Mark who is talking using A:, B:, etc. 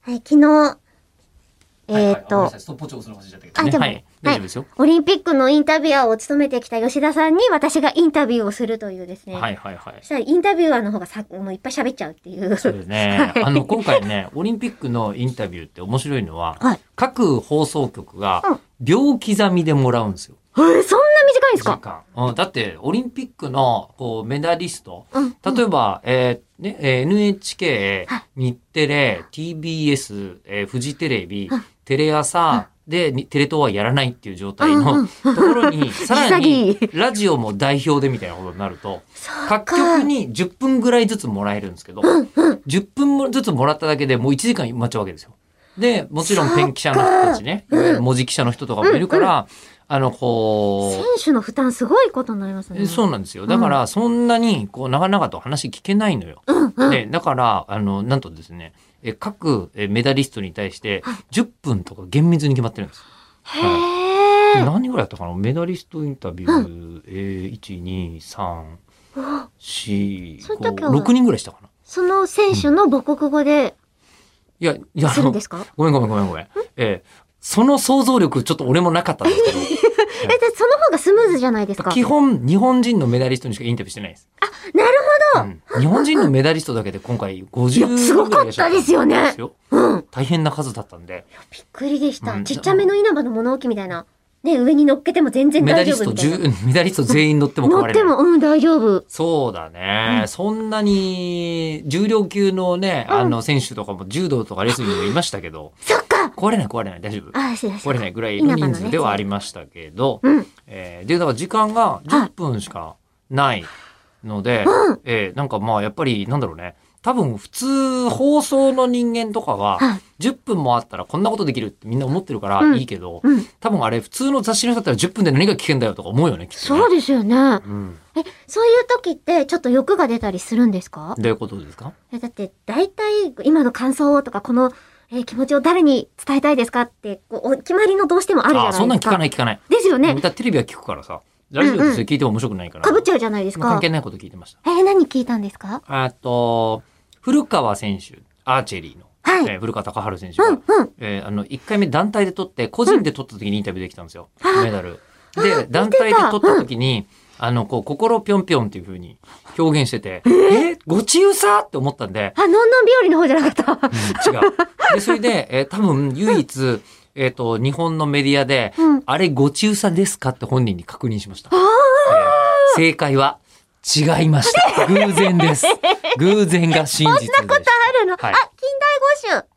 A: はい、昨日、えーっ
B: はいはいあごめん
A: と
B: なさい、ストップウォッチを押すの忘れちゃったけど
A: あ、
B: ね
A: でも、
C: はい大丈夫ですよ
A: オリンピックのインタビュアーを務めてきた吉田さんに私がインタビューをするというですね。
C: はいはいはい
A: そし。たらインタビュアーの方がさ、もういっぱい喋っちゃうっていう。
C: そうですね。あの、今回ね、オリンピックのインタビューって面白いのは、
A: はい
C: 各放送局
A: うん
C: が秒刻みでもらうんですよ。
A: えーそんな短いんです
C: 時
A: か
C: 間。うん、だって、オリンピックのこうメダリスト、
A: うん。
C: 例えば、えーね、えー NHK
A: はい、
C: 日テレ、TBS、えーフジテレビ
A: うん、
C: テレ朝で、にテレ東はやらないっていう状態
A: うんう
C: の
A: ん
C: とこ ろに、さらに
A: 潔、
C: ラジオも代表でみたいなことになると、
A: そうか。
C: 各局に10分ぐらいずつもらえるんですけど、10分もずつもらっただけでもう1時間待っちゃうわけですよ。で、もちろんペン記者の人たちね、
A: そっかうん
C: 文字記者の人とかもいるから、あの、こ
A: 選
C: う、
A: 手の負担すごいことになります
C: え
A: ね。。
C: そううなんですよ。だから、そんなに、こう、長々と話聞けないのよ。
A: うんうん。
C: で、だから、あの、なんとですね、え各えメダリストに対して、10分とか厳密に決まってるんです。
A: へえ。
C: 何ぐらいだったかなメダリストインタビュー、えー、1、2、3、4、
A: そういう
C: 5、
A: 時は
C: 6人ぐらいしたかな。
A: その選手の母国語で
C: いや、いや、あ
A: するん
C: の
A: ですか
C: ごめんごめんごめんごめん。ええその想像力、ちょっと俺もなかったんですけ
A: え、で、その方がスムーズじゃないです
C: ど、
A: か
C: 基本、日本人のメダリストにしかインタビューしてないです。
A: なる
C: うん日本人のメダリストだけで今回50
A: いやすごかった
C: ぐらいいらしゃ
A: ですよね
C: ですよ
A: ほど。うん。
C: 大変な数だったんで、
A: びっくりでした。
C: うん
A: ちっちゃめの稲葉の物置みたいな。ね、上に乗っけても全然
C: メダ
A: 大
C: リ
A: 丈
C: ス
A: 夫
C: ト
A: みたいな。
C: 10メダリ スト全員乗っても
A: 乗
C: 壊
A: っ
C: れ
A: て
C: ない。
A: も、うん、大丈夫。
C: そうだね、そんなに、重量級のね、あの選手とかも柔道とかレスリングもいましたけど、
A: そっか
C: 壊れない壊れない大丈夫。
A: あ、そうです
C: 壊れないぐらいの人数ではありましたけど、
A: うん。
C: えーで、だから時間が
A: はい
C: 10分しかないので、えーなんかまあやっぱりなんだろうね、多分普通放送の人間とかは
A: はい、
C: 10分もあったらこんなことできるってみんな思ってるか
A: うん
C: らいいけど、
A: うん。
C: 多分あれ普通の雑誌の人だったら10分で何が聞けんだよとか思うよね、きっとね、
A: そうですよね。
C: うん。
A: え、そういう時って、ちょっと欲が出たりするんですか
C: どういうことですか
A: え、だって、大体、今の感想をとか、この、えー気持ちを誰に伝えたいですかって、こう、お決まりのどうしてもあるじゃない
C: あ
A: で
C: ー
A: すか。
C: そんなん聞かない聞かない。
A: ですよね
C: だ。からテレビは聞くからさ、ラジオでそれ聞いても面白くないから。
A: かぶっちゃうじゃないです
C: 関
A: か。
C: 係ないこと聞いてました。
A: えー何聞いたんですか
C: あと、古川選手、アーチェリーの、
A: はい
C: えー古川隆春選手が、
A: うん、うん。
C: えーあの、1回目団体で取って、個人で取った時にインタビューできたんですよ。
A: あ
C: メダル。
A: あ
C: で、団体で取った時に、あの、こう、心ぴょんぴょんっていう風に表現してて、えーごちうさって思ったんで、
A: あ、のんのんびよりの方じゃな かった。
C: うん違う。で、それで、えー多分、唯一、えっ、と、日本のメディアで、
A: うん
C: あれ、ごちうさですかって本人に確認しました。えー正解は、違いました。偶然です。偶然が真実です。
A: あるの、
C: は
A: あ、近代
C: い
A: 五種。